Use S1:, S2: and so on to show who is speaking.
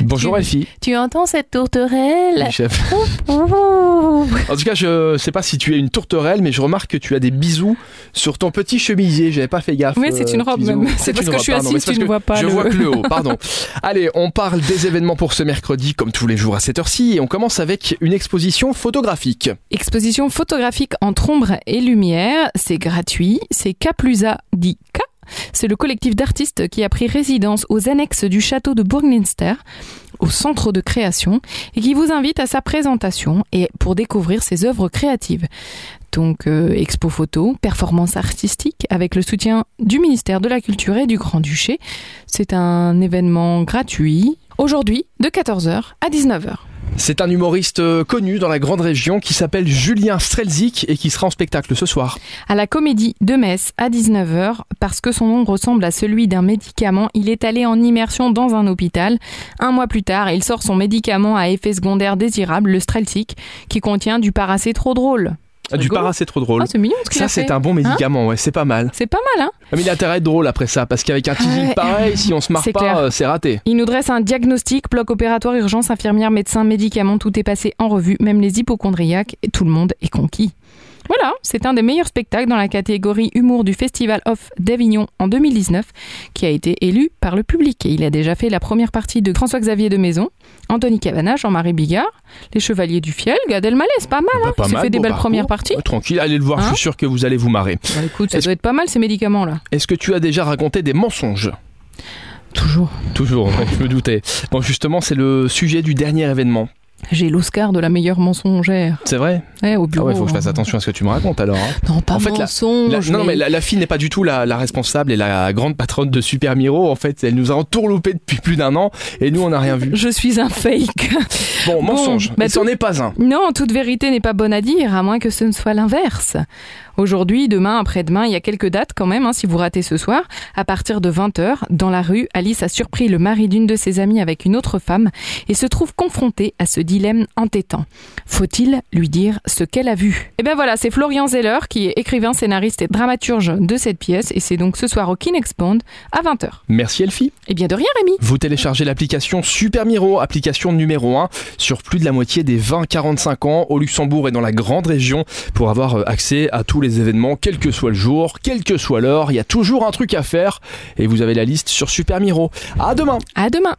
S1: Bonjour
S2: Tu-
S1: Elfie.
S2: Tu entends cette tourterelle
S1: Chef.
S2: Ouh.
S1: En tout cas, je sais pas si tu es une tourterelle, mais je remarque que tu as des bisous sur ton petit chemisier. J'avais pas fait gaffe.
S2: Mais c'est une
S1: euh,
S2: robe,
S1: bisous.
S2: même. C'est parce
S1: une
S2: que
S1: robe,
S2: je suis
S1: pardon.
S2: assise,
S1: Mais c'est parce
S2: tu ne
S1: que
S2: vois pas
S1: Je
S2: le-
S1: vois que le haut, pardon. Allez, on parle des événements pour ce mercredi, comme tous les jours à cette heure-ci, et on commence avec une exposition photographique.
S2: Exposition photographique entre ombre et lumière, c'est gratuit, c'est K plus A dit K. C'est le collectif d'artistes qui a pris résidence aux annexes du château de Bourgminster, au centre de création, et qui vous invite à sa présentation et pour découvrir ses œuvres créatives. Donc euh, expo photo, performance artistique avec le soutien du ministère de la Culture et du Grand-Duché. C'est un événement gratuit. Aujourd'hui, de 14h à 19h.
S1: C'est un humoriste euh, connu dans la grande région qui s'appelle Julien Strelzik et qui sera en spectacle ce soir.
S2: À la comédie de Metz à 19h, parce que son nom ressemble à celui d'un médicament, il est allé en immersion dans un hôpital. Un mois plus tard, il sort son médicament à effet secondaire désirable, le Streltic, qui contient du paracé trop drôle.
S1: Ah, du
S2: rigolo.
S1: para, c'est trop drôle.
S2: Ah, c'est mignon ce qu'il
S1: ça,
S2: a fait.
S1: c'est un bon médicament, ouais, c'est pas mal.
S2: C'est pas mal, hein
S1: Ah, Mais il a intérêt à être drôle après ça, parce qu'avec un teasing
S2: Ah, ouais.
S1: pareil, si on se marre
S2: C'est
S1: pas,
S2: clair.
S1: euh, c'est raté.
S2: Il nous dresse un diagnostic, bloc opératoire, urgence, infirmière, médecin, médicaments, tout est passé en revue, même les hypochondriaques, et tout le monde est conquis. Voilà, c'est un des meilleurs spectacles dans la catégorie humour du Festival Off d'Avignon en 2019, qui a été élu par le public. Et il a déjà fait la première partie de François-Xavier de Maison, Anthony Cavana, Jean-Marie Bigard, Les Chevaliers du Fiel, Gad Elmaleh, c'est pas mal. hein.
S1: Bah, pas
S2: il s'est
S1: mal,
S2: fait des
S1: beau
S2: belles
S1: parcours.
S2: premières parties.
S1: Ouais, tranquille, allez le voir, je
S2: Hein
S1: suis sûr que vous allez vous marrer.
S2: Bah, écoute, ça
S1: Est-ce-
S2: doit être pas mal ces médicaments-là.
S1: Est-ce que tu as déjà raconté des mensonges
S2: Toujours.
S1: Toujours, ouais, je me doutais. Bon, justement, c'est le sujet du dernier événement.
S2: J'ai l'Oscar de la meilleure mensongère.
S1: C'est vrai
S2: Ouais, au
S1: Ah
S2: bureau.
S1: ouais, faut que je fasse
S2: hein.
S1: attention à ce que tu me racontes alors. hein.
S2: Non, pas
S1: En fait, la-
S2: mensonge.
S1: La- non, non,
S2: mais-
S1: mais la, la fille n'est pas du tout la, la responsable et la grande patronne de Super Miro. En fait, elle nous a entourloupé depuis plus d'un an et nous, on n'a rien vu.
S2: Je suis un fake.
S1: Bon, mensonge.
S2: bah,
S1: Mais c'en est pas un.
S2: Non, toute vérité n'est pas bonne à dire, à moins que ce ne soit l'inverse. Aujourd'hui, demain, après-demain, il y a quelques dates quand même, hein, si vous ratez ce soir. À partir de 20h, dans la rue, Alice a surpris le mari d'une de ses amies avec une autre femme et se trouve confrontée à ce dilemme entêtant. Faut-il lui dire ce qu'elle a vu Et bien voilà, c'est Florian Zeller qui est écrivain, scénariste et dramaturge de cette pièce et c'est donc ce soir au Kinexpand à 20h.
S1: Merci Elfie.
S2: Et bien de rien Rémi
S1: Vous téléchargez l'application Super Miro, application numéro 1 sur plus de la moitié des 20-45 ans au Luxembourg et dans la grande région pour avoir euh, accès à tous les événements, quel que soit le jour, quelle que soit l'heure. Il y a toujours un truc à faire et vous avez la liste sur Super Miro. À demain!
S2: À demain